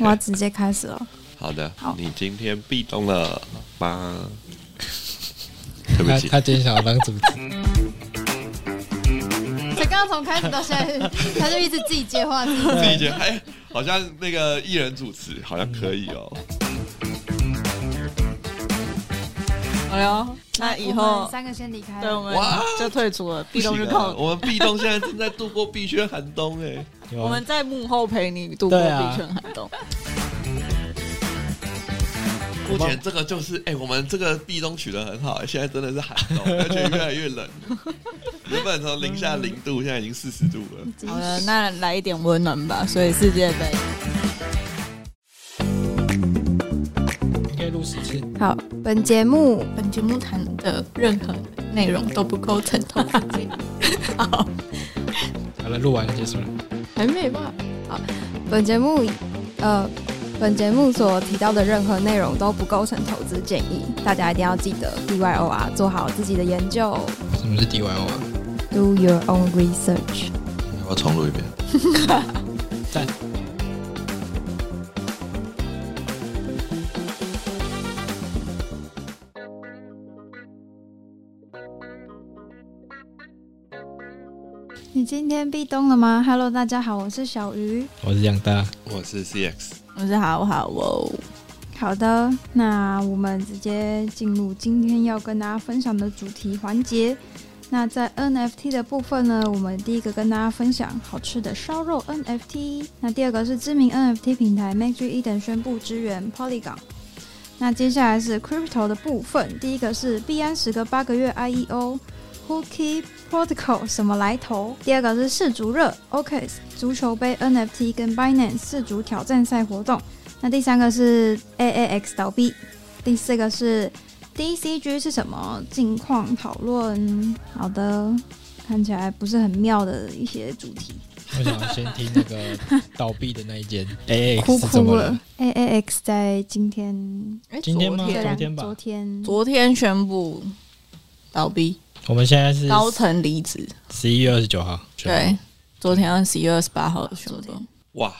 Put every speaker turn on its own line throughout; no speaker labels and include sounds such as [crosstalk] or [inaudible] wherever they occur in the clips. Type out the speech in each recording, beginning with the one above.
我要直接开始了。
好的，
好
你今天壁咚了吧？ [laughs] 对不
他
起，
他今天想要当主持，
才刚刚从开始到现在，他就一直自己接话，自己
自己觉得哎，好像那个艺人主持好像可以哦。
哎呦，那以
我们
后
三个先离开
对我
了，
们
哇
就退出了，壁咚
不
就
行啊
靠
我们壁咚现在正在度过必轩寒冬哎。
有
我们在幕后陪你度过
对啊
币圈寒冬。
目前这个就是哎、我们这个壁咚取得很好、哎现在真的是寒 [laughs] 冬，而且越来越冷，原本从零下零度，现在已经四十度了。
好了，那来一点温暖吧，所以世界杯。
应该录十次，
好，本节目
本节目谈的任何内容都不构成投资建议。好，
好了，录完了结束了。
[laughs] 还没吧？
本节目呃，本节目所提到的任何内容都不构成投资建议，大家一定要记得 D Y O R 做好自己的研究
什么是 DYO 啊？
，Do your own research。
我要重录一遍。
赞。
你今天壁咚了吗？Hello，大家好，我是小鱼。
我是杨大，
我是 CX，
我是好好哦，
好的，那我们直接进入今天要跟大家分享的主题环节。那在 NFT 的部分呢，我们第一个跟大家分享好吃的烧肉 NFT，那第二个是知名 NFT 平台 Magic Eden 宣布支援 Polygon。那接下来是 Crypto 的部分，第一个是币安时隔八个月 E IEO。Hooky Protocol 什么来头？第二个是世足热 OKS 足球杯 NFT 跟 Binance 世足挑战赛活动。那第三个是 AAX 倒闭，第四个是 DCG 是什么？近况讨论。好的，看起来不是很妙的一些主题，
我想要先听那个倒闭的那一间 A
哭
X 怎
哭
么
了？。AAX 在今天
哎
今天吗
昨
这
昨
两
天吧
昨天
昨天宣布倒闭，
我们现在是
高层离职。
十一月二十九号，
对，昨天二十一、二十八号宣布。
哇，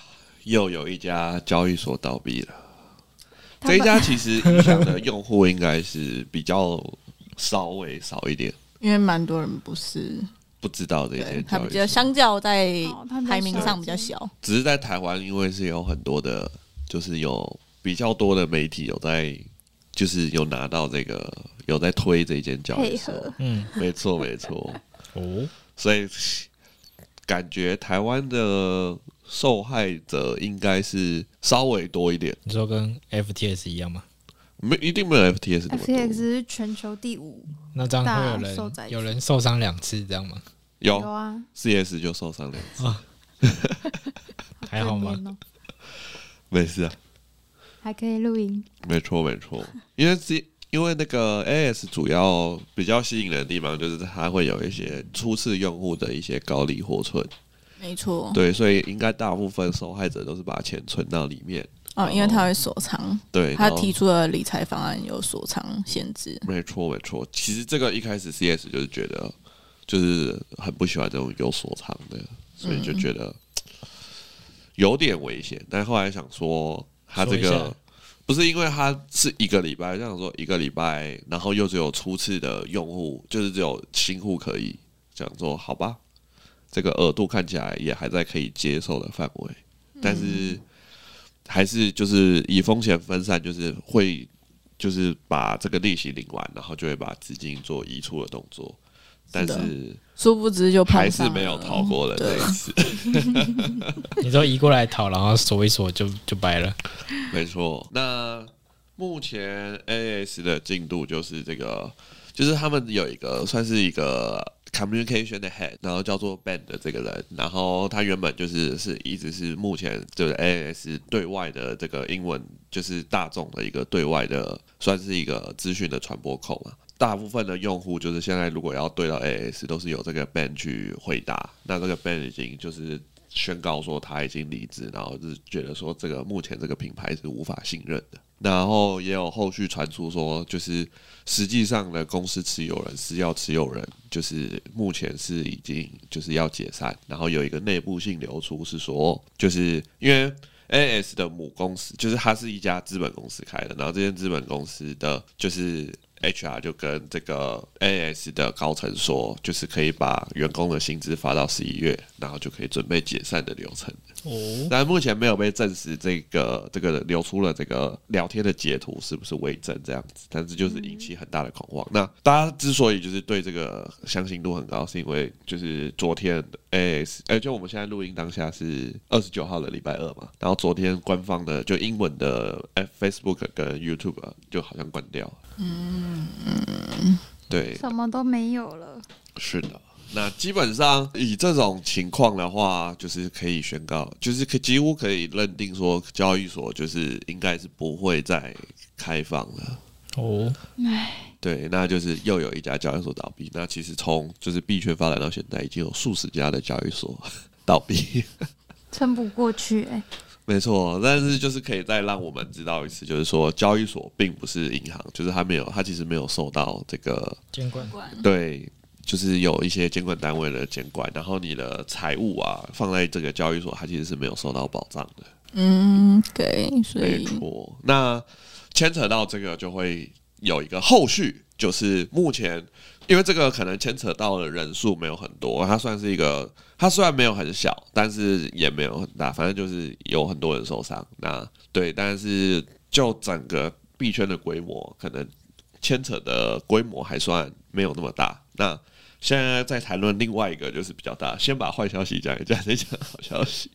又有一家交易所倒闭了。
他
这
们
一家其实影响的用户应该是比较稍微少一点，
因为蛮多人不是，
不知道这些
对，它
交
比
易
较
所，
相较在
哦它比较
排名
小
上比较小，
只是在台湾，因为是有很多的，就是有比较多的媒体有在，就是有拿到这个有在推这间交易
配
所，
合
嗯，
[laughs] 没错没错，
哦，
所以感觉台湾的受害者应该是稍微多一点，
你说跟 FTS 一样吗？
没一定没有 FTS 那么多
FTX 是全球第五，
那这样会有
大受
人
灾区
有人受伤两次这样吗？
有
有
啊，
CS 就受伤两次，
还好吗
可怜哦
没事啊，
还可以录音，
没错没错，因为 C 因为那个 AS 主要比较吸引人的地方就是它会有一些初次用户的一些高利活存，
没错。
对，所以应该大部分受害者都是把钱存到里面，
哦，因为它会锁仓，
对，
他
然后
提出的理财方案有锁仓限制。
没错，没错。其实这个一开始 CS 就是觉得，就是很不喜欢这种有所长的，所以就觉得有点危险。但后来想说，他这
说一
个
下
不是因为他是一个礼拜，这样说一个礼拜，然后又只有初次的用户，就是只有新户可以想说，好吧，这个额度看起来也还在可以接受的范围，
嗯
但是还是就是以风险分散，就是会就是把这个利息领完，然后就会把资金做移出的动作，但
的
是
殊不知就碰
还是
上
没有
了
逃过了这
对
一次，
你说移过来讨，然后锁一锁就就掰了。
[laughs] 没错。那目前 AS 的进度就是这个，就是他们有一个算是一个 communication 的 head，然后叫做 Ben 的这个人，然后他原本就是是一直是目前就是 AS 对外的这个英文就是大众的一个对外的算是一个资讯的传播口嘛。大部分的用户就是现在如果要对到 AS 都是由这个 Ben 去回答，那这个 Ben 已经就是宣告说他已经离职，然后就是觉得说这个目前这个品牌是无法信任的。然后也有后续传出说，就是实际上的公司持有人、私钥持有人，就是目前是已经就是要解散，然后有一个内部性流出是说，就是因为 AS 的母公司，就是它是一家资本公司开的，然后这间资本公司的就是 HR 就跟这个 AS 的高层说，就是可以把员工的薪资发到十一月，然后就可以准备解散的流程。
哦，
但目前没有被证实这个这个流出了这个聊天的截图是不是伪真这样子，但是就是引起很大的恐慌。那大家之所以就是对这个相信度很高，是因为就是昨天 AS，哎、就我们现在录音当下是二十九号的礼拜二嘛，然后昨天官方的就英文的哎 Facebook 跟 YouTube 就好像关掉了，嗯，对，
什么都没有了。
是的，那基本上以这种情况的话，就是可以宣告，就是可几乎可以认定说，交易所就是应该是不会再开放了。
哦，
嗯
对，那就是又有一家交易所倒闭。那其实从就是币圈发展到现在，已经有数十家的交易所倒闭。 [laughs]
撑不过去、哎，
没错，但是就是可以再让我们知道一次，就是说交易所并不是银行，就是它没有，它其实没有受到这个
监管
对，就是有一些监管单位的监管，然后你的财务啊放在这个交易所，它其实是没有受到保障的。
嗯，对，所
没
以
错，那牵扯到这个就会有一个后续，就是目前因为这个可能牵扯到的人数没有很多，它算是一个，它虽然没有很小，但是也没有很大，反正就是有很多人受伤。那对，但是就整个币圈的规模，可能牵扯的规模还算没有那么大。那现在在谈论另外一个就是比较大，先把坏消息讲一讲，再讲好消息。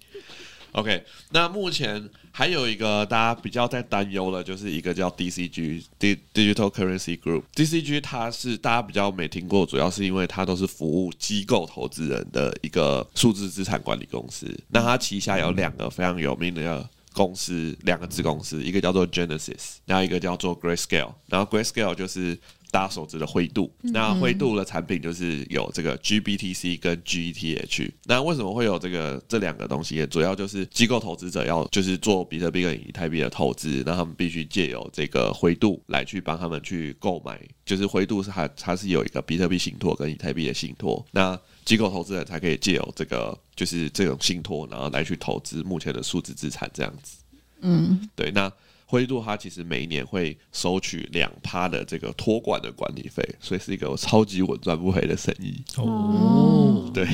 OK，那目前还有一个大家比较在担忧的，就是一个叫 DCG D Digital Currency Group。DCG 它是大家比较没听过，主要是因为它都是服务机构投资人的一个数字资产管理公司。那它旗下有两个非常有名的公司，两个子公司，一个叫做 Genesis，然后一个叫做 Grayscale。然后 Grayscale 就是大家熟知的灰度。那灰度的产品就是有这个 GBTC 跟 GETH。那为什么会有这个这两个东西？主要就是机构投资者要就是做比特币跟以太币的投资，那他们必须借由这个灰度来去帮他们去购买。就是灰度是它它是有一个比特币信托跟以太币的信托。那机构投资人才可以借由这个就是这种信托，然后来去投资目前的数字资产这样子。
嗯，
对，那灰度它其实每一年会收取两趴的这个托管的管理费，所以是一个超级稳赚不赔的生意。
哦，
对，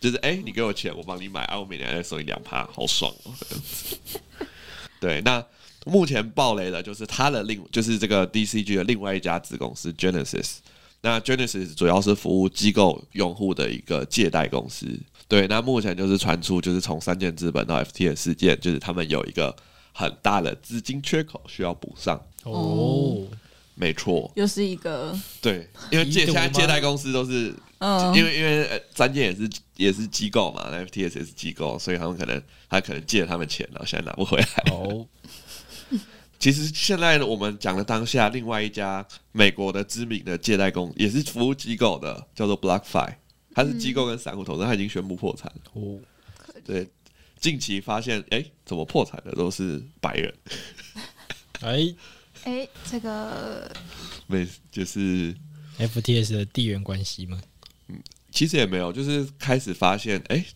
就是哎、你给我钱，我帮你买，啊，我每年再收你两趴，好爽哦，这样子。对，那目前暴雷的就是它的另，就是这个 DCG 的另外一家子公司 Genesis。那 Genesis 主要是服务机构用户的一个借贷公司。对，那目前就是传出，就是从三箭资本到 FT 的事件，就是他们有一个很大的资金缺口需要补上。
哦，
没错，
又是一个
对，因为借
遗毒
现在
吗
借贷公司都是
哦
嗯，
因为因为呃三箭也是也是机构嘛那，FTS 也是机构，所以他们可能他可能借了他们钱，然后现在拿不回来。
哦，
其实现在我们讲的当下，另外一家美国的知名的借贷公也是服务机构的，叫做 BlockFi，它是机构跟散户投资，它已经宣布破产了。
哦，
嗯
对，近期发现哎、诶怎么破产的都是白人， [laughs]
哎
哎、这个
没就是
，FTS 的地缘关系吗？
其实也没有，就是开始发现哎。诶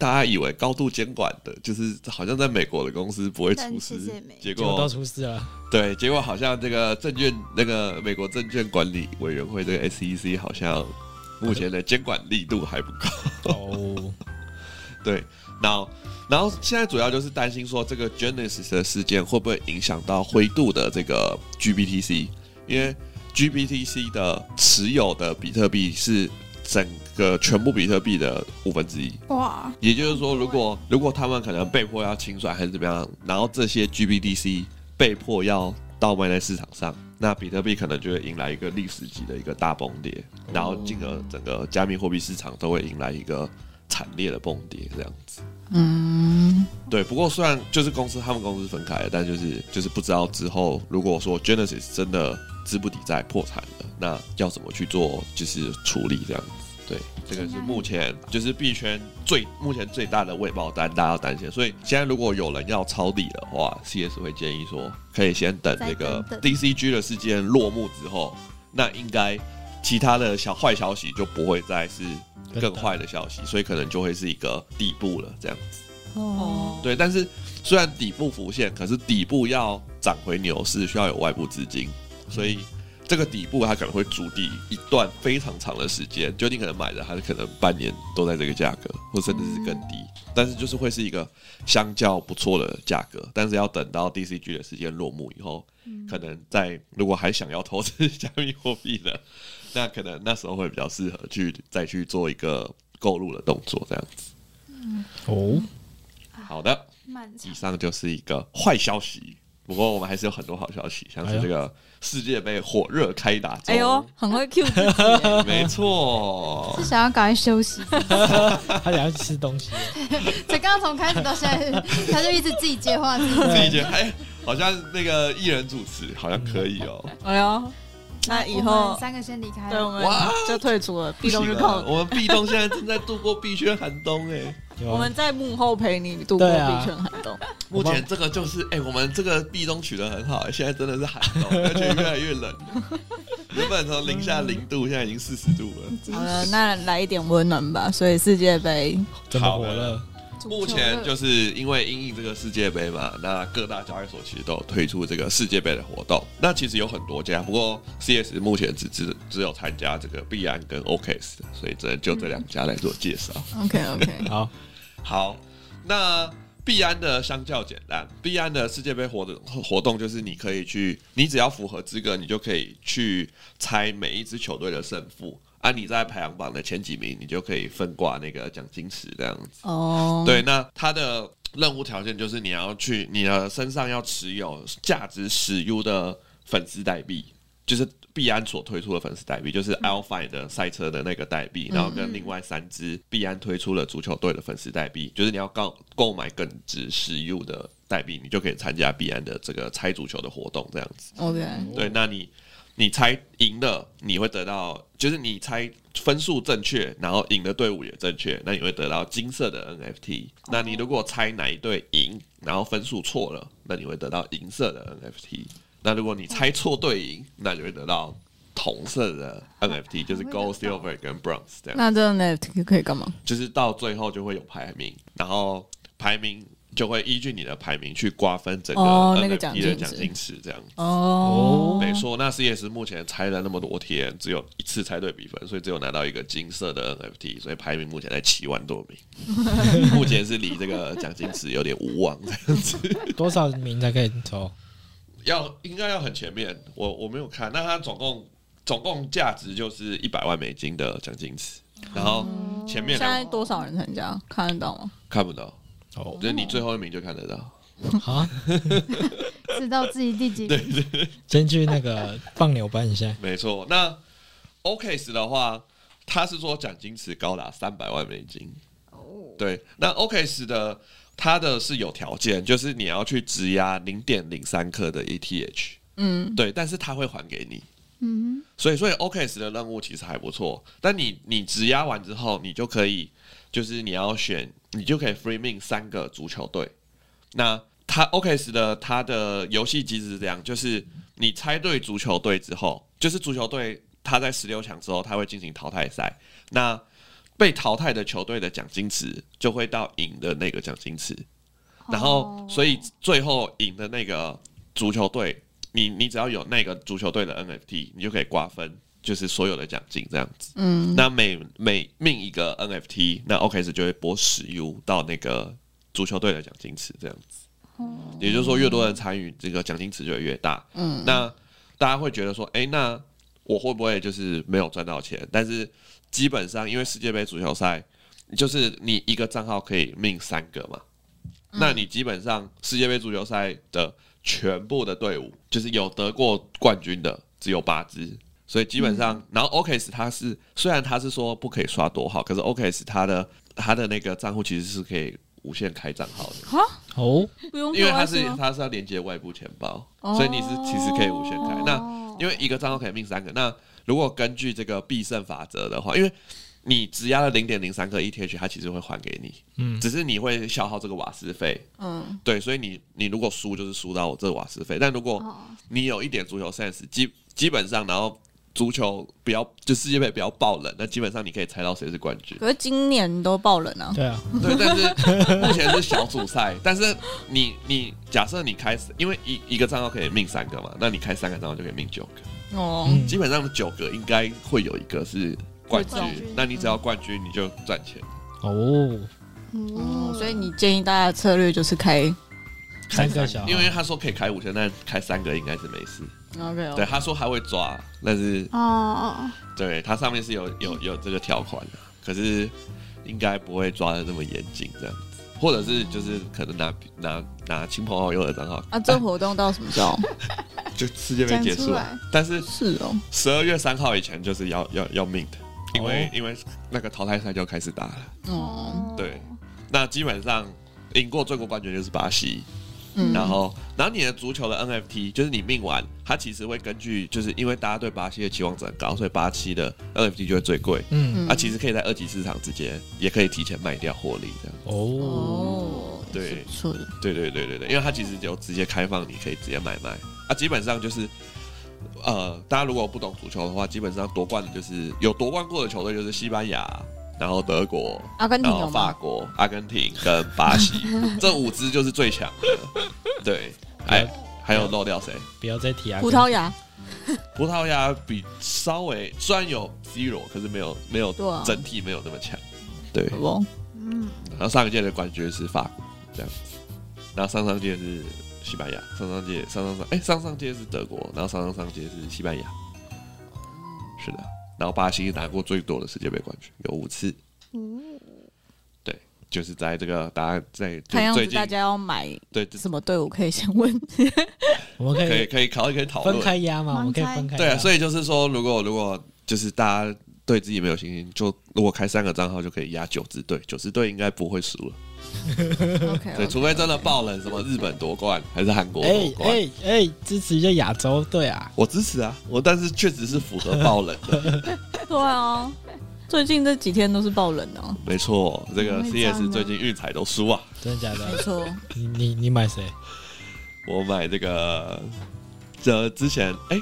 大家以为高度监管的，就是好像在美国的公司不会
但
出
其
事
实也没，
结
结
果
果到出事了，
对，结果好像这个证券那个美国证券管理委员会这个 SEC 好像目前的监管力度还不够。
哦，
对，然后然后现在主要就是担心说这个 Genesis 的事件会不会影响到灰度的这个 GBTC，因为 GBTC 的持有的比特币是整个全部比特币的五分之一。
哇，
也就是说，如果如果他们可能被迫要清算还是怎么样，然后这些 GBDC 被迫要倒卖在市场上，那比特币可能就会迎来一个历史级的一个大崩跌，然后进而整个加密货币市场都会迎来一个惨烈的崩跌，这样子。
嗯，
对，不过虽然就是公司他们公司分开了，但就是就是不知道之后如果说 Genesis 真的资不抵债破产了，那要怎么去做就是处理这样子。对，这个是目前就是币圈最目前最大的未爆单，大家要担心。所以现在如果有人要抄底的话，CS 会建议说，可以先等这个
再等等
DCG 的事件落幕之后，那应该其他的小坏消息就不会再是更坏的消息，所以可能就会是一个底部了这样。
哦，
哦，
对，但是虽然底部浮现，可是底部要涨回牛市需要有外部资金，所以这个底部它可能会筑底一段非常长的时间，就你可能买的，它可能半年都在这个价格，或甚至是更低，但是就是会是一个相较不错的价格，但是要等到 DCG 的时间落幕以后，可能在如果还想要投资 [laughs] 加密货币的，那可能那时候会比较适合去再去做一个购入的动作，这样子。
哦，
好的。
漫
以
长。
上就是一个坏消息。不过我们还是有很多好消息，像是这个世界杯火热开打中，
哎呦，很会 Q 自己耶，
[laughs] 没错
是，想要赶快休息，
他想要吃东
[laughs]
西，
才刚刚从开始到现在，他就一直自己接话，自己
自己觉得哎，好像那个艺人主持好像可以哦，
哎呦，那以
我们
后
三个先离开
对
了，
我们
哇
就退出了， [laughs] 壁咚
不
就
行啊
靠
我们壁咚现在正在度过币圈寒冬
[laughs]
哎，
有啊
我们在幕后陪你度过
对啊
币圈寒冬，
目前这个就是哎，我们这个壁咚取得很好，哎现在真的是寒冬，而且越来越
[laughs]
冷，原本从零下零度，现在已经四十度了。
好了，那来一点温暖吧。所以世界
[laughs]
杯，
真的火热，
足球
目前就是因为因应这个世界杯嘛，那各大交易所其实都有推出这个世界杯的活动。那其实有很多家，不过 CS 目前只只只有参加这个币安跟 OKS，所以只能就这两家来做介绍。
嗯
OK OK，
好，
好，那币安的相较简单，币安的世界杯活动活动就是你可以去，你只要符合资格，你就可以去猜每一支球队的胜负。啊，你在排行榜的前几名，你就可以分挂那个奖金池这样子。
哦，
对，那它的任务条件就是你要去你的身上要持有价值十 U 的粉丝代币，就是币安所推出的粉丝代币，就是 Alpha 的赛车的那个代币，然后跟另外三支币安推出了足球队的粉丝代币，就是你要购购买更值十 U 的代币，你就可以参加币安的这个猜足球的活动这样子。
，OK，
对，那你你猜赢了，你会得到，就是你猜分数正确，然后赢的队伍也正确，那你会得到金色的 NFT。那你如果猜哪一队赢，然后分数错了，那你会得到银色的 NFT。那如果你猜错队赢，那你会得到铜色的
哦
NFT，就是 Gold、Silver 跟 Bronze 这样。
那这 NFT 可以干嘛？
就是到最后就会有排名，然后排名就会依据你的排名去瓜分整个
哦那个
NFT 的
奖金
奖
池
金池这样子。
哦，
没错，那 CS 目前猜了那么多天，只有一次猜对比分，所以只有拿到一个金色的 NFT，所以排名目前在七万多
[laughs]
名，目前是离这个奖金池有点无望这样子，
多少名才可以抽？
要应该要很前面，我我没有看，那它总共总共价值就是一百万美金的奖金池，然后前面
现
两
在多少人参加？看得到吗？
看不到，
哦，
就是你最后一名就看得到，
啊，
知道自己第几名，
先去那个放牛班一下，
没错，那 OKS 的话，他是说奖金池高达三百万美金。对，那 OKS 的它的是有条件，就是你要去质押零点零三克的 ETH，
嗯，
对，但是他会还给你。
嗯
所以，所以 OKS 的任务其实还不错。但你你质押完之后，你就可以，就是你要选，你就可以 free min 三个足球队。那它 OKS 的它的游戏机制是这样，就是你猜对足球队之后，就是足球队它在十六强之后，它会进行淘汰赛。那被淘汰的球队的奖金池就会到赢的那个奖金池，然后所以最后赢的那个足球队，你你只要有那个足球队的 NFT，你就可以瓜分，就是所有的奖金这样子。
嗯，
那每每命一个 NFT，那 OKS 就会拨十 U 到那个足球队的奖金池这样子。也就是说，越多人参与，这个奖金池就会越大。嗯，那大家会觉得说，哎、那我会不会就是没有赚到钱？但是基本上，因为世界杯足球赛，就是你一个账号可以命三个嘛，那你基本上世界杯足球赛的全部的队伍，就是有得过冠军的只有八支，所以基本上，然后 OKS 它是虽然它是说不可以刷多号，可是 OKS 它的它的那个账户其实是可以无限开账号的，
啊
哈，
哦，
不用
因为它
POS
是
吗
它是要连接外部钱包，
哦
所以你是其实可以无限开。那因为一个账号可以命三个，那如果根据这个必胜法则的话，因为你只押了零点零三克 ETH，它其实会还给你，
嗯
只是你会消耗这个瓦斯费。
嗯，
对，所以你你如果输就是输到我这瓦斯费，但如果你有一点足球 sense，基基本上，然后足球不要就世界杯不要爆冷，那基本上你可以猜到谁是冠军。
可是今年都爆冷啊，
对啊，
对，但是目前是小组赛，但是你你假设你开始，因为一一个账号可以命三个嘛，那你开三个账号就可以命九个，
哦，
嗯
基本上九个应该会有一个是冠军嗯
会中，
那你只要冠军你就赚钱。
哦，
哦
哦，
所以你建议大家的策略就是开
三个小孩，
因为他说可以开五千，但开三个应该是没事。
OK
对，
哦，
他说还会抓，但是
哦哦，
对它上面是有有有这个条款的，可是应该不会抓的那么严谨这样子，或者是就是可能拿拿拿亲朋好友的账号
啊，这活动到什么时候？
就世界杯
讲
结
出
束
来，
了，但是
[laughs] 是哦，
十二月三号以前就是要要要命的，因为、因为那个淘汰赛就开始打了。
哦，
对，那基本上赢过最国冠军就是巴西，
嗯
然后然后你的足球的 NFT 就是你命完，它其实会根据就是因为大家对巴西的期望值很高，所以巴西的 NFT 就会最贵。
嗯，
啊，其实可以在二级市场直接，也可以提前卖掉获利这样。
嗯
哦，
哦，
对
是不错的，
对对对对对，因为它其实有直接开放，你可以直接买卖啊。基本上就是，呃，大家如果不懂足球的话，基本上夺冠的就是有夺冠过的球队就是西班牙，然后德国，
阿根廷
然
啊有
后法
吗？
国、阿根廷跟巴西
[laughs]
这五支就是最强的。对，还还有漏掉谁？
不要再提啊，
葡萄牙，
葡萄牙比稍微虽然有 zero，可是没有没有
对啊
整体没有那么强。对
好，不？
嗯，
然后上一届的冠军是法国，这样子。然后上上届是西班牙，上上届上上上哎上上届是德国，然后上上上届是西班牙。是的，然后巴西拿过最多的世界杯冠军，有五次。对，就是在这个大家在
嗯
就
看样
最
子
近
大家要买
对这
什么队伍可以先问， [laughs]
我
可
们可
以
以
可以考可以讨
分
论。
开压嘛，我们可以分开压，
对啊，所以就是说，如果如果就是大家对自己没有信心，就如果开三个账号就可以压九支队，九支队应该不会输了。
OK，
对，除非真的爆冷，什么日本夺冠还是韩国夺
哎
冠。
哎哎，支持一下亚洲队啊，
我支持啊，我但是确实是符合爆冷的，
对啊，最近这几天都是爆冷啊，
没错，这个
会这样
CS
吗
最近运彩都输啊，
真的假
没
的？
错，
你你你买谁？
我买这个，这之前哎、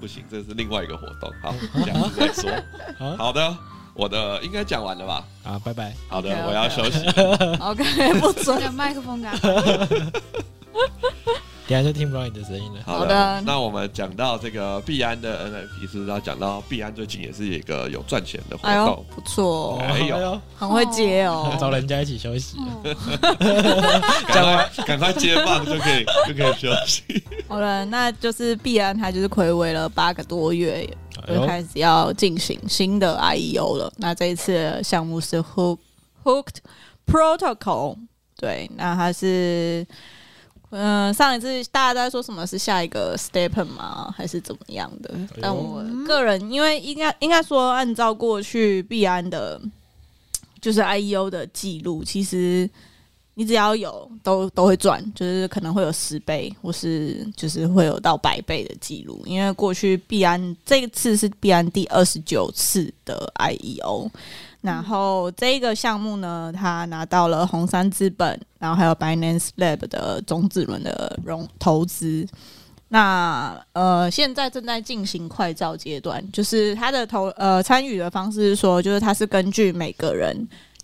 不行，这是另外一个活动，好，下次再说。
好
好的，我的应该讲完了吧？
啊，拜拜。
好的
OK，OK
我要休息。
[laughs] OK，不
这
准。
[laughs]
个麦克风感，
等一下就听不到你的声音了。
好
好的
那我们讲到这个币安的 NFT，是不是要讲到币安最近也是一个有赚钱的活
哎呦
动？，
不错哦，
哎呦
呦，
很会接哦。
[laughs]
嗯
找人家一起休息。
赶快赶快接棒就可以就可以休息。
好了，那就是必然它就是暌违了八个多月，
哎
就
呦，
开始要进行新的 IEO 了。那这一次的项目是 Hook Hooked Protocol，对，那它是。嗯，上一次大家都在说什么是下一个 step 吗？还是怎么样的？
哎呦
但我个人，因为应该应该说，按照过去币安的，就是 IEO 的记录，其实你只要有都都会赚，就是可能会有十倍，或是就是会有到百倍的记录。因为过去币安这一次是币安第二十九次的 IEO，然后这个项目呢，它拿到了红杉资本，然后还有 Binance Lab 的种子轮的融投资。那呃，现在正在进行快照阶段，就是它的投呃参与的方式是说，就是它是根据每个人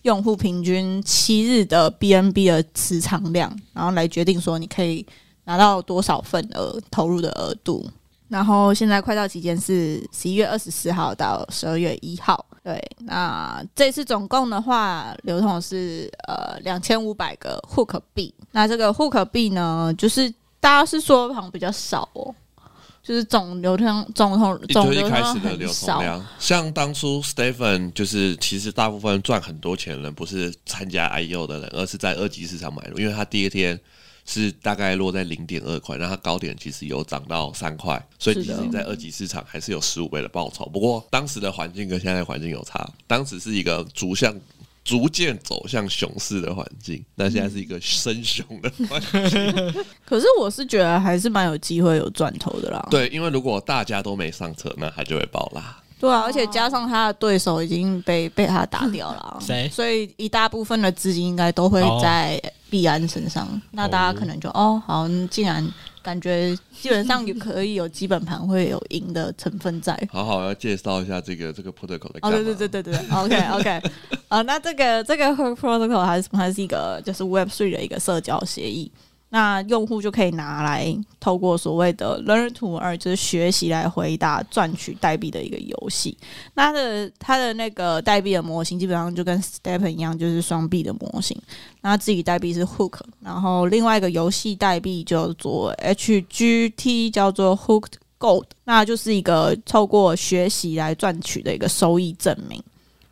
用户平均七日的 BNB 的持仓量，然后来决定说你可以拿到多少份额投入的额度。然后现在快到期间是十一月二十四号到十二月一号，对。那这次总共的话，流通的是呃两千五百个 hook 币。那这个 hook 币呢，就是大家是说好像比较少哦，就是总流通总通总
就是一
流
开始
通
的
很
流
少
通，量，像当初 Stephen 就是其实大部分赚很多钱的人不是参加 IEO 的人，而是在二级市场买入，因为他第一天是大概落在零点二块，然后它高点其实有涨到三块，所以
是
其实
的
你在二级市场还是有十五倍的报酬。不过当时的环境跟现在的环境有差，当时是一个逐向。逐渐走向熊市的环境，那现在是一个深熊的环境。
可是我是觉得还是蛮有机会有赚头的啦。
对，因为如果大家都没上车，那它就会爆拉。
对啊，而且加上他的对手已经被被他打掉了啊，
谁
所以一大部分的资金应该都会在币安身上。那大家可能就哦，好，既然感觉基本上也可以有基本盘会有赢的成分在。
好好要介绍一下这个这个 protocol 的。
哦，对对对，对对，OK OK，啊，那这个这个 Her Protocol 它是它是一个就是 Web Three 的一个社交协议，那用户就可以拿来透过所谓的 Learn to Earn，就是学习来回答赚取代币的一个游戏。那它的它的那个代币的模型基本上就跟 Stepen 一样，就是双币的模型。那自己代币是 Hook，然后另外一个游戏代币叫做 HGT，叫做 Hook Gold，那就是一个透过学习来赚取的一个收益证明。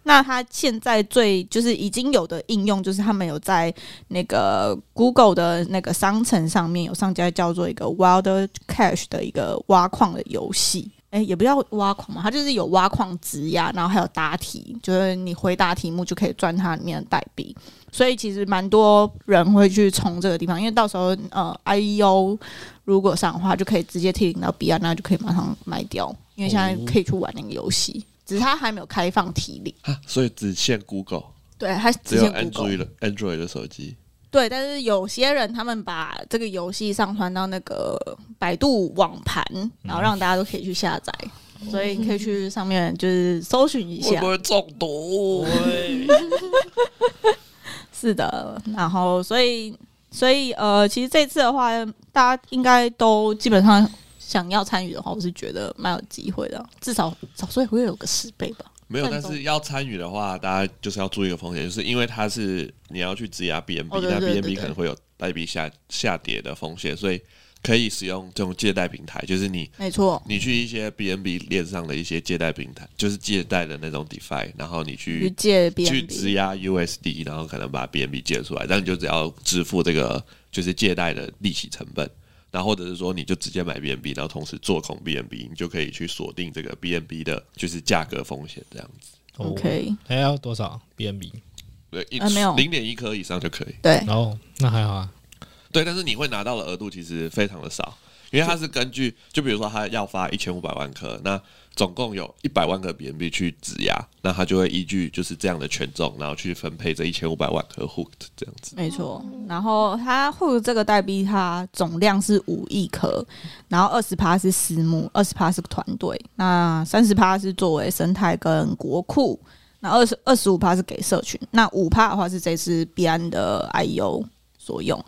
那它现在最就是已经有的应用，就是他们有在那个 Google 的那个商城上面有上架叫做一个 Wild Cash 的一个挖矿的游戏。哎、也不叫挖矿嘛，它就是有挖矿质押，然后还有答题，就是你回答题目就可以赚它里面的代币。所以其实蛮多人会去冲这个地方，因为到时候呃 IEO 如果上的话，就可以直接提领到币安，啊那就可以马上卖掉，因为现在可以去玩那个游戏，只是它还没有开放提领。
啊所以只限 Google，
对，它
只
直
有
接
Android
Google。
的 Android 的手机。
对，但是有些人他们把这个游戏上传到那个百度网盘，然后让大家都可以去下载，所以你可以去上面就是搜寻一
会
下
不。会中毒？
是的，然后所以所以呃，其实这次的话，大家应该都基本上想要参与的话，我是觉得蛮有机会的，至少少说也会有个十倍吧。
没有，
战
但
斗
是要参与的话，大家就是要注意一个风险，就是因为它是你要去质押 BNB，、
哦对
那
对对
BNB
对
可能会有代币下下跌的风险，所以可以使用这种借贷平台，就是你
没错，
你去一些 BNB 链上的一些借贷平台，就是借贷的那种 DeFi，然后你
去
去
借 B
去
N
质
B，
押 USD，然后可能把 BNB 借出来，但你就只要支付这个就是借贷的利息成本。然后或者是说，你就直接买 BNB，然后同时做空 BNB，你就可以去锁定这个 BNB 的，就是价格风险这样子。
哦
OK
还要多少 BNB？
对，一
呃没有
零点一颗以上就可以。
对，
哦，那还好啊。
对，但是你会拿到的额度其实非常的少，因为它是根据，就比如说它要发一千五百万颗，那总共有一百万个 BNB 去质押，那它就会依据就是这样的权重，然后去分配这一千五百万颗 hook 这样子。
没错。然后它 h o 这个代币，它总量是五亿颗，然后二十趴是私募，二十趴是团队，那三十趴是作为生态跟国库。那二十二十五趴是给社群，那五趴的话是这次币安的 IEO 所用。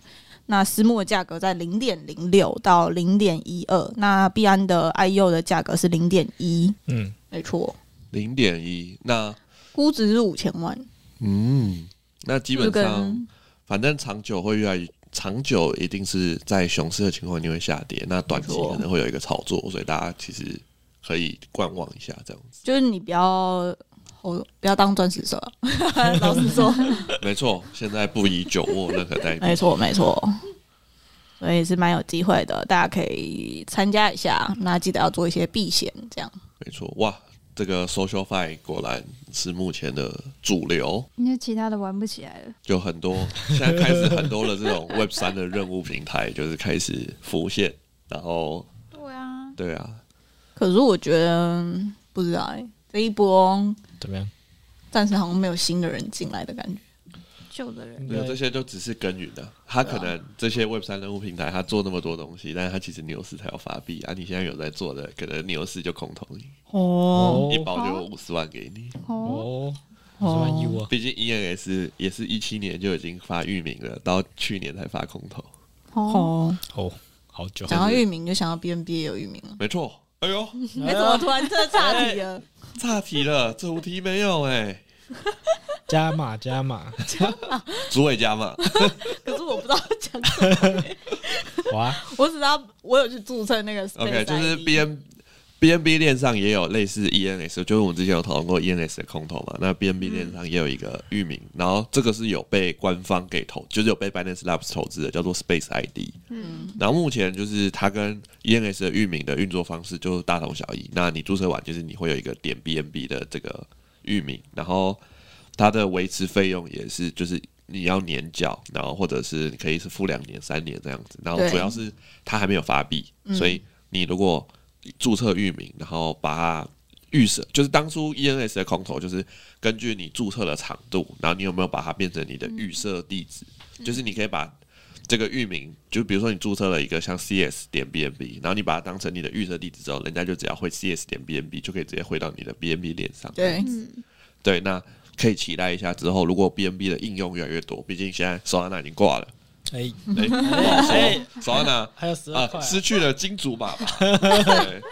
那私募的价格在零点零六到零点一二，那币安的 IEO 的价格是零点一，
嗯，
没错，
零点一，那
估值是五千万，
嗯，那基
就
本上
跟
反正长久会越来越。长久一定是在熊市的情况，你会下跌。那短期
没错
可能会有一个炒作，所以大家其实可以观望一下这样子。
就是你不要我不要当钻石 [laughs] 蛇，老实 [laughs] 说，
没错，现在不宜久握任何代币。
没错没错，所以是蛮有机会的，大家可以参加一下，那记得要做一些避险，这样
没错，哇，这个 social fi 果然是目前的主流，
因为其他的玩不起来了。
就很多 [laughs] 现在开始很多的这种 Web 三的任务平台就是开始浮现，然后
对啊，
对啊，
可是我觉得不知道哎、这一波
怎么样？
暂时好像没有新的人进来的感觉。
旧的人
应
对
该
这些就只是耕耘的，他可能这些 Web 三任务平台他做那么多东西，但是他其实牛市才要发币啊，你现在有在做的，可能牛市就空投你，
哦
一包就五十万给你，
哦，
哦，五十万一窝，
毕竟 ENS 也是一七年就已经发域名了，到去年才发空投，
哦，
哦，好久。
讲到域名就想到 B N B 也有域名了，
没错，哎呦。
哎怎么突然这岔题了？
岔题了，这无题没有哎、
加码加码，
组委家嘛，
[laughs] 可是我不知道讲，
哇，
我只知道我有去注册那个
OK，
Space
就是
ID
B N B N B 链上也有类似 E N S，就是我们之前有讨论过 E N S 的空投嘛，那 B N B 链上也有一个域名，然后这个是有被官方给投，就是有被 Binance Labs 投资的，叫做 Space ID。嗯，然后目前就是它跟 E N S 的域名的运作方式就大同小异。那你注册完就是你会有一个点 B N B 的这个域名，然后它的维持费用也是就是。你要年缴，然后或者是你可以是付两年、三年这样子，然后
对
主要是它还没有发币，所以你如果注册域名，然后把它预设就是当初 ENS 的空投，就是根据你注册的长度，然后你有没有把它变成你的预设地址，就是
嗯
你可以把这个域名，就比如说你注册了一个像 cs 点 bnb，然后你把它当成你的预设地址之后，人家就只要会 cs 点 bnb 就可以直接回到你的 bnb 链上。
对，
嗯，
对，那可以期待一下之后，如果 bnb 的应用越来越多，毕竟现在 Solana 已经挂了，
哎 [laughs]
对，不好说
哎，
Solana
[laughs] 还有十二块
啊，
啊，
失去了金主爸
[laughs]
爸。对，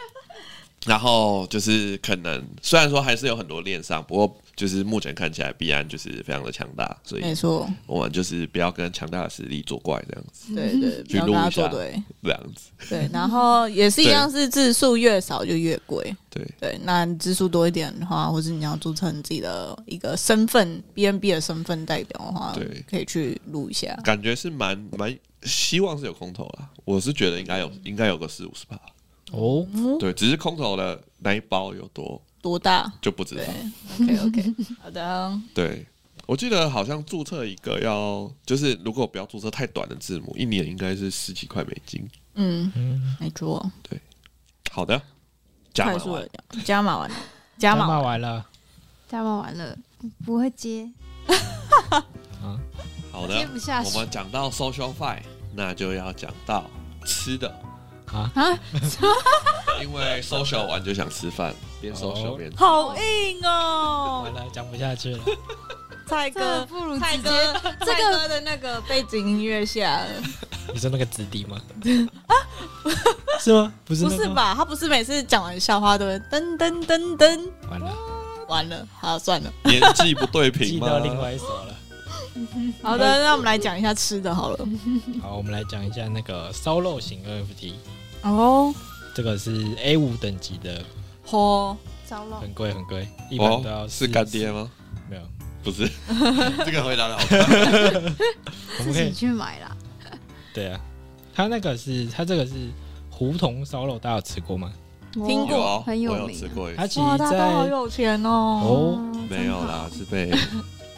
然后就是可能虽然说还是有很多链上，不过就是目前看起来必然就是非常的强大，所以
没错，
我们就是不要跟强大的势力作怪，这样子， [laughs]
对对，不
去
要
录
跟
一
他
下
作对，
这样子，
对，然后也是一样，是字数越少就越贵。
对，
对，那你字数多一点的话，或是你要注册你自己的一个身份 BNB 的身份代表的话，
对
可以去录一下。
感觉是蛮蛮希望是有空投啦，我是觉得应该有应该有个四五十吧，
哦，
对，只是空投的那一包有多
多大
就不知道，
？OK OK，好 [laughs] 的，
对。我记得好像注册一个要，就是如果不要注册太短的字母，一年应该是十几块美金。
嗯，没错，
好的，加
快
满
速
完
的讲，加
[laughs]
码完，加
加
码
码
完
完了，
加码完了，不会接，
好
接
的，
不下
我
去
们讲到 social fi，那就要讲到吃的
啊
啊，
[laughs] 因为 social 完就想吃饭，边 social
哦
边吃
好硬
完
哦，
了，讲不下去了。
蔡
这
哥。
不如
蔡
直接
哥，蔡哥的那个背景音乐下，
你说那个子弟吗？ [laughs] 是吗？不是，
不是？吧？他不是每次讲完笑话都会噔噔噔噔，
完了，
完了，好算了。
年纪不对
记
平吗
到？另外一首了。
好的，那我们来讲一下吃的好了。
好，我们来讲一下那个烧肉型 NFT，
哦，
这个是 A 五等级的，
吼，
糟了，
很贵很贵，一般都要
哦，是
40
干爹？吗？
没有，
不是，
[laughs]
这个回答的好快。
我
自
们可
己
以
去买啦。
对啊，它那个是它这个是胡同烧肉，大家有吃过吗？
听过
有啊
很有
我
名啊
有吃过一次，
它其
哇，
实
大家都好
在
有钱哦。
哦，
没有啦，是被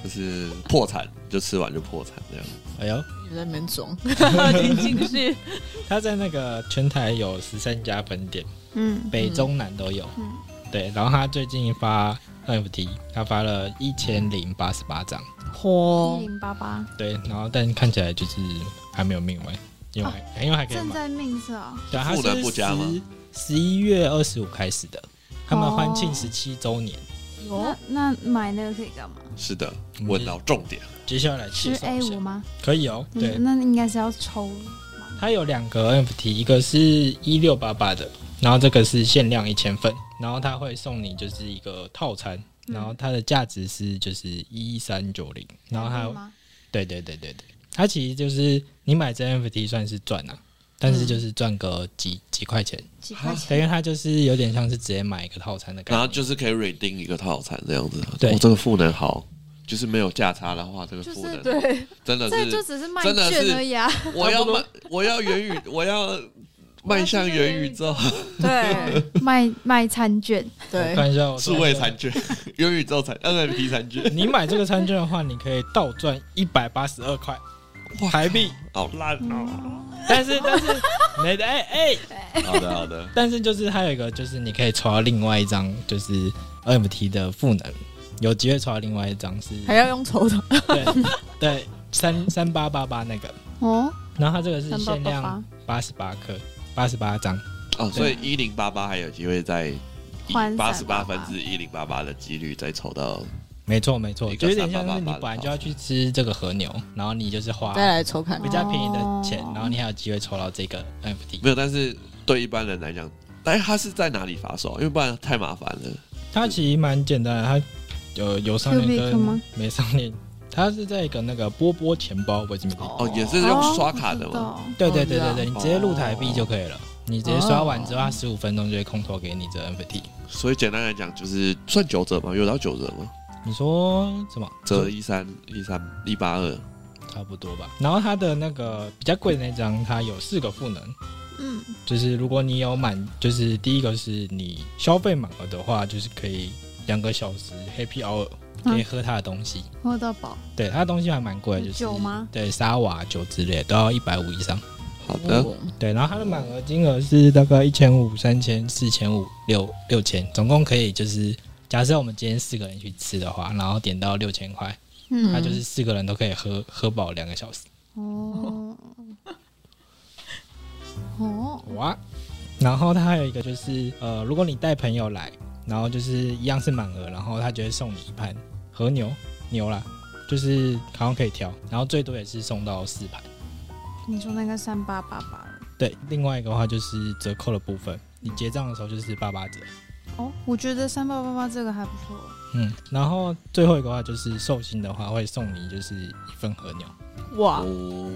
就是破产，就吃完就破产这样。
哎呦，
你在那边装，你进去。
它在那个全台有十三家分店，
嗯，
北中南都有。
嗯
对，然后它最近发 NFT，它发了一千零八十八张。
一
哦
嚯，
零八八
对，然后但看起来就是还没有命完，因为还、因为还可以
哦正
买。
在命是啊，
对，它
不能
是
不加吗
十十一月二十五开始的，他
哦
们欢庆十七周年。
那那买那个可以干嘛？
是的，
嗯
问到重点了，
接下来介
吃
绍
A
一
五嗯
下，
吗？
可以哦。对，
那那应该是要抽。
它有两个 NFT，一个是一六八八的，然后这个是限量一千份，然后它会送你就是一个套餐，
嗯
然后它的价值是就是一三九零，然后还有
吗？
对对对对对，它其实就是你买这 NFT 算是赚啊，但是就是赚个几几块钱，
嗯几块
对，
钱？
因为它就是有点像是直接买一个套餐的感
然
觉，
后就是可以 redeem 一个套餐这样子。
对
哦这个赋能好，就是没有价差的话，这个
就是
赋能
对，
真的
这
是
就只是卖
真的是
券而已啊！ [laughs]
[laughs] 我要卖，我要元宇，我要迈向元宇宙， [laughs]
对，
卖卖餐券，
我
对，
看一下我
数位餐券， [laughs] 元宇宙餐，NFT 餐券，
你买这个餐券的话，你可以倒赚一百八十二块台币，
[laughs] 好烂哦！
但是但是 [laughs] 没的哎哎，
好的，好的，
但是就是还有一个就是你可以抽到另外一张就是 NFT 的赋能，有机会抽到另外一张是
还要用抽的。
对对三三八八八那个，
哦，
然后它这个是限量
3888
八十八颗八十八张，
[laughs] 哦，所以一零八八还有机会在
换
八
散
十八分
88
之一零八八的几率再抽到，
没错没错，
一
就
个
有点像是你
3888
本来就要去吃这个和牛，然后你就是花
再来抽看
比，较便宜的钱
哦，
然后你还有机会抽到这个 NFT。
没有，但是对一般人来讲。哎，它是在哪里发售？因为不然太麻烦了。
它其实蛮简单的，它有有上
Cubic
链
吗
跟没上链，它是在一个那个波波钱包，我记不记得？
哦，也是用刷卡的吗？
哦？
对
哦
对
我知
对
道
对对，你直接入台币就可以了。你直接刷完之后，它十五分钟就会空投给你这 NFT。
所以简单来讲，就是算九折吗？有到九折吗？
你说什么？
折一三一三一八二，
差不多吧。然后它的那个比较贵的那张，它有四个赋能。
嗯，
就是如果你有满，就是第一个是你消费满额的话，就是可以两个小时 Happy Hour 可以喝它的东西。
喝到饱，
对，它的东西还蛮贵的，就是
酒吗？
对，沙瓦酒之类的都要一百五以上。
好的，
嗯
对，然后它的满额金额是大概一千五、三千、四千五、六六千，总共可以就是，假设我们今天四个人去吃的话，然后点到六千块，
嗯
呃它就是四个人都可以喝喝饱两个小时。
哦，哦，
哇！然后它还有一个就是，呃，如果你带朋友来，然后就是一样是满额，然后他就会送你一盘和牛牛啦，就是好像可以挑，然后最多也是送到四盘。
你说那个三八八八
对，另外一个话就是折扣的部分，你结账的时候就是八八折。
哦，我觉得三八八八这个还不错。
嗯，然后最后一个话就是寿星的话会送你就是一份和牛，
哇，
哦，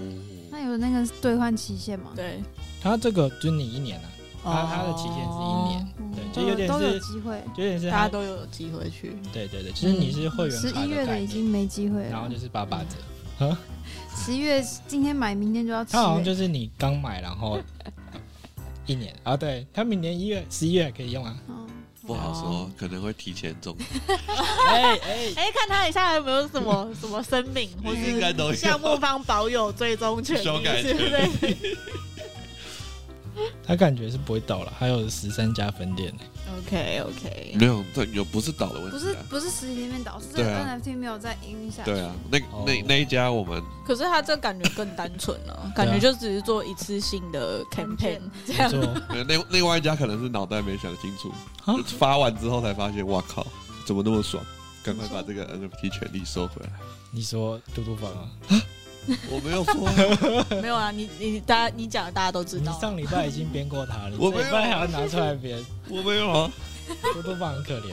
那有那个兑换期限吗？
对，
它这个就是你一年啊，它它的期限是一年，
哦，
对
都
就有点
都有
是
机会。
有点是
大
它
家都有机会去，
对对对，就是你是会员
嗯十
卡
一月
概
的已
念，
经没机会
然后
了嗯
就，是八八折。
十一月今天买，明天就要吃
它好像
了。
就是你刚买，然后一年啊，对，它明年一月、十一月还可以用啊。
嗯
不好说，可能会提前中，
哎哎，
哎、看他以下有没有什么 [laughs] 什么声明，或
应该
是
都有
项目方保有最终权
修
益，
改
是不
权
是？
它感觉是不会倒了，还有十三家分店
[laughs]
呢。
OK OK，
没有，这有不是倒的问
不
题
是
啊。
不是实体店面倒，是这
对
个
啊
NFT 没有在营运下去。
对啊，那
哦
那那一家我们
可是他这感觉更单纯了、
啊
感觉就只是做一次性的 campaign 这
没
样。
错，
呃另另外一家可能是脑袋没想清楚
啊，
发完之后才发现，哇靠，怎么那么爽？赶快把这个 NFT 权利收回来。
你说嘟嘟房啊？
我没有说啊， [laughs]
[laughs] 没有啊，你你大家你讲的大家都知
你
道啊，
上礼拜已经编过它了，你
我没
这
有
礼拜还要拿出来编？
我没有啊。
嘟嘟房很可怜。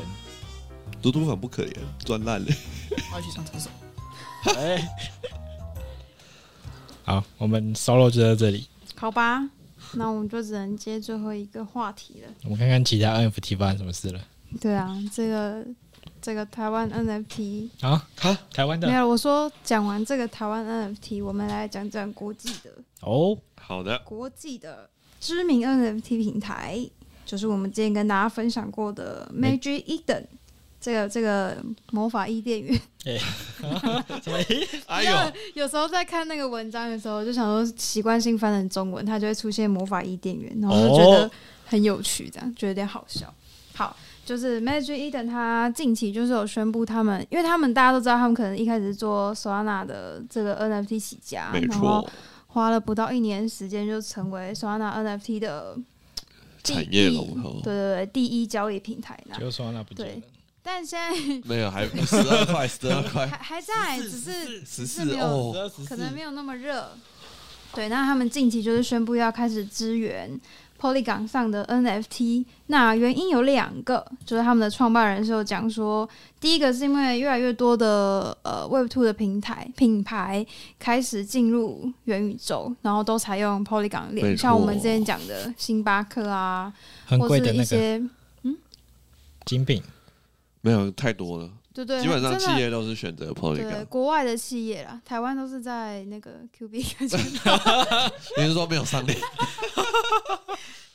嘟嘟很不可怜，赚烂了。
我要去上厕所。
哎，好，我们 solo 就到这里，
好吧，那我们就只能接最后一个话题了。
我们看看其他 NFT 发生什么事了。
对啊，这个这个台湾 NFT
啊，
哈，
台湾
没
的
有，我说讲完这个台湾 NFT，我们来讲讲国际的
哦， [laughs]
好的，
国际的知名 NFT 平台，就是我们之前跟大家分享过的 Magic Eden。这个这个魔法伊甸园，
什么意
哎
因为
呦，
有时候在看那个文章的时候，就想说习惯性翻成中文，它就会出现魔法伊甸园，然后就觉得
哦
很有趣，这样觉得有点好笑。好，就是 Magic Eden，它近期就是有宣布他们，因为他们大家都知道，他们可能一开始是做 Solana 的这个 NFT 起家，
没
啊然后
错，
花了不到一年时间就成为 Solana NFT 的第一
产业龙头
对对对，第一交易平台呢。
就说那不见了，
但现在
没有，还十二 [laughs] 块，十二块，
还还在，只是
十
是
四
没有
十
哦，
二十
可
四，
能没有那么热。对，那他们近期就是宣布要开始支援 Polygon 上的 NFT。那原因有两个，就是他们的创办人是有讲说，第一个是因为越来越多的呃 Web Two 的平台品牌开始进入元宇宙，然后都采用 Polygon
没
链，
错
像我们之前讲的星巴克啊，
很
或
贵
是
的
一
那个
些
精品。
没有太多了。
对对，
基本上
真的
企业都是选择
对
Polygon。
国外的企业啦，台湾都是在那个 Q B
[laughs]
感觉
你是说没有上链？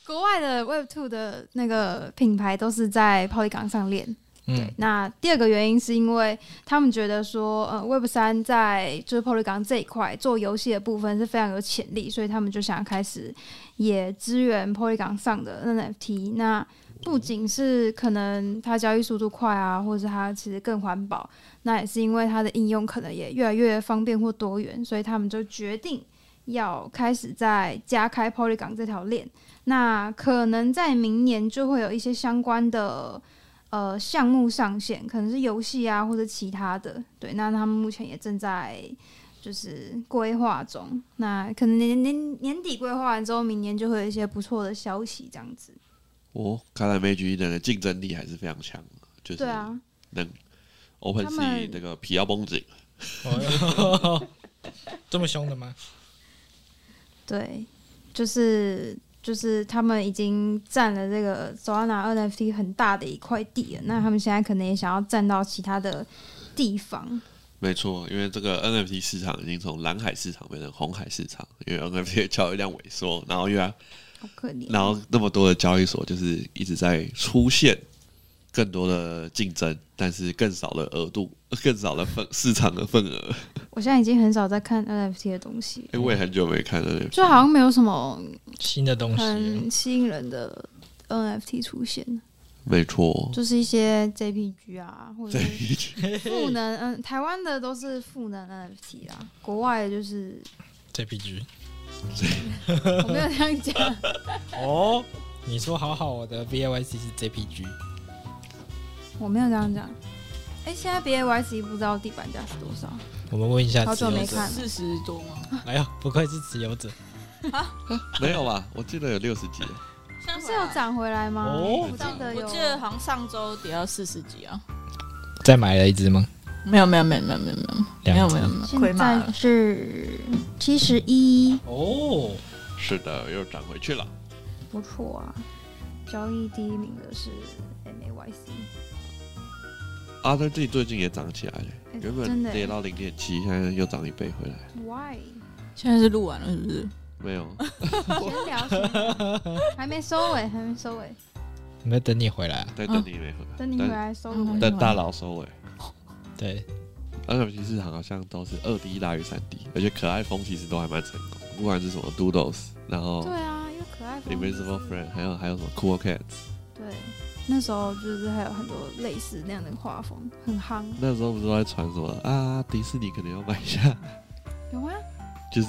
国外的 Web Two 的那个品牌都是在 Polygon 上链。
嗯，
那第二个原因是因为他们觉得说，呃，Web 三在就是 Polygon 这一块做游戏的部分是非常有潜力，所以他们就想开始也支援 Polygon 上的 NFT。那不仅是可能它交易速度快啊，或者是它其实更环保，那也是因为它的应用可能也越来越方便或多元，所以他们就决定要开始在加开 Polygon 这条链。那可能在明年就会有一些相关的呃项目上线，可能是游戏啊或者其他的。对，那他们目前也正在就是规划中。那可能年年年底规划完之后，明年就会有一些不错的消息，这样子。
哦，看来 Magic Eden 的竞争力还是非常强的，就是
对啊，
Open
他们
Sea 那个皮要绷紧，
哦这么凶的
[laughs]
吗？
对，就是就是他们已经占了这个 Solana NFT 很大的一块地了。那他们现在可能也想要占到其他的地方。
没错，因为这个 NFT 市场已经从蓝海市场变成红海市场，因为 NFT 的交易量萎缩，然后越来
好可怜，
然后那么多的交易所就是一直在出现更多的竞争，但是更少的额度，更少的份市场的份额。
我现在已经很少在看 NFT 的东西
哎、，我也很久没看了。
就好像没有什么
新的东西啊
很吸引人的 NFT 出现，
没错，
就是一些 JPG 啊，或者
在
是赋能，嗯，台湾的都是赋能 NFT 啦，啊国外的就是
JPG
我没有这样讲，
[laughs] 哦。你说好好，我的 VAYC 是 JPG，
我没有这样讲。哎、现在 BAYC 不知道地板价是多少，
我们问一下
好
持
久没
有者。
看了。
四十多吗？
哎呀，不愧是持有者
没有吧？我记得有六十集，
现
不是有，涨回来吗？
哦
我记得
我
有，
记得好像上周跌到四十几啊。
再买了一只吗？
没有没有没有没有没有没有没有
两只
没有没有亏
现
骂
在
了。
是七十一，
哦，
是的，又涨回去了。
不错啊。交易第一名的是 MAYC，
阿德自己最近也涨起来了，
哎
原
真
本
的
跌到零点七，现在又涨一倍回来。
Why？
现在是录完了是不是？
[laughs]
没有，
先聊，先聊还没收尾，还没收尾，
有没有等你回来啊？
在等你没回来，
哦等你回来收尾。
等大佬收尾。
对，
NFT 市场好像都是二 D 大于三 D，而且可爱风其实都还蛮成功，不管是什么 Doodles，然后
对啊，因为可爱风就
Invisible
是
Friend，还有还有什么 Cool Cats，
对，那时候就是还有很多类似那样的画风，很夯。
那时候不是都在传什么啊，迪士尼可能要买一下， [laughs]
有吗？
就是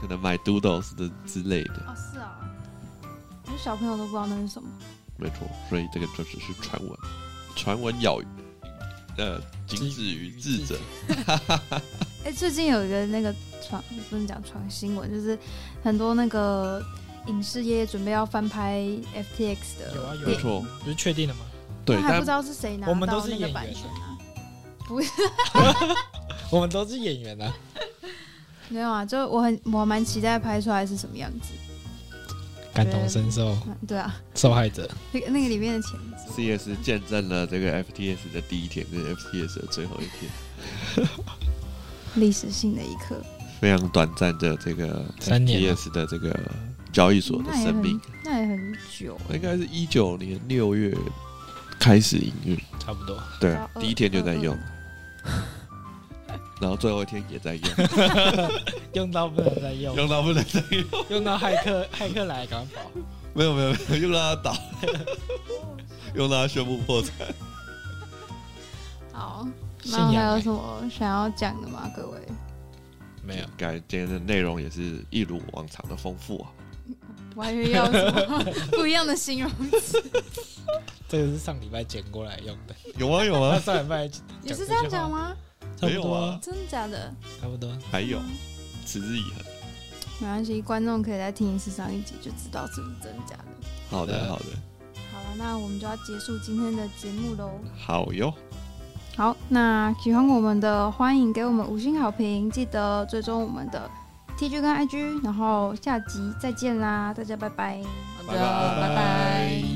可能买 Doodles 的之类的，
哦，是啊，我觉得小朋友都不知道那是什么。
没错，所以这个就只是传闻，传闻咬，呃，仅止于智者，
哎、最近有一个那个传，不能讲传新闻，就是很多那个影视业准备要翻拍 FTX
有啊
的
有啊
没
电影，
错，
不是确定了吗？
对，
但还不
但
知道是谁拿
我们都
到
是
那个
演
版
员
权啊。
我们都是演员啊，
没有啊，就我很我蛮期待拍出来是什么样子。
感同身受，
嗯对啊，
受害者。
那个那个里面的钱是
CS 见证了这个 FTS 的第一天跟 FTS 的最后一天，
历史性的一刻，
非常短暂的这个
三年啊
FTS 的这个交易所的
那也
生
很
命，
那也很久欸、
应该是一九年六月开始营运，
差不多，
对啊
到，二
第一天就在用
二，
[laughs] 然后最后一天也
[laughs]
在用，
用到不能再用，
用到不能再用，
用到骇客 [laughs] 骇客来赶快跑。
没有没有没有，用到它
[laughs]
倒，用到它宣布破产。
好，
信
那还
仰
有
欸
什么想要讲的吗？各位，
没有？
感觉今天的内容也是一如往常的丰富啊，
[laughs] 我还以为要什么不一样的形
[laughs]
容词，
这个是上礼拜剪过来用的。
有啊有
[laughs] 那
啊，
上礼拜
你是这样讲？吗？
差
没
不
有
多
啊
啊，
真的假的？嗯
差不多。
还有，持之以恒。
没关系，观众可以再听一次上一集就知道是不是真的假的。
好的
对啊
好的，
好了，那我们就要结束今天的节目喽。
好哟，
好，那喜欢我们的，欢迎给我们五星好评，记得追踪我们的 TG 跟 IG，然后下集再见啦，大家拜拜。
好的
拜拜
拜拜。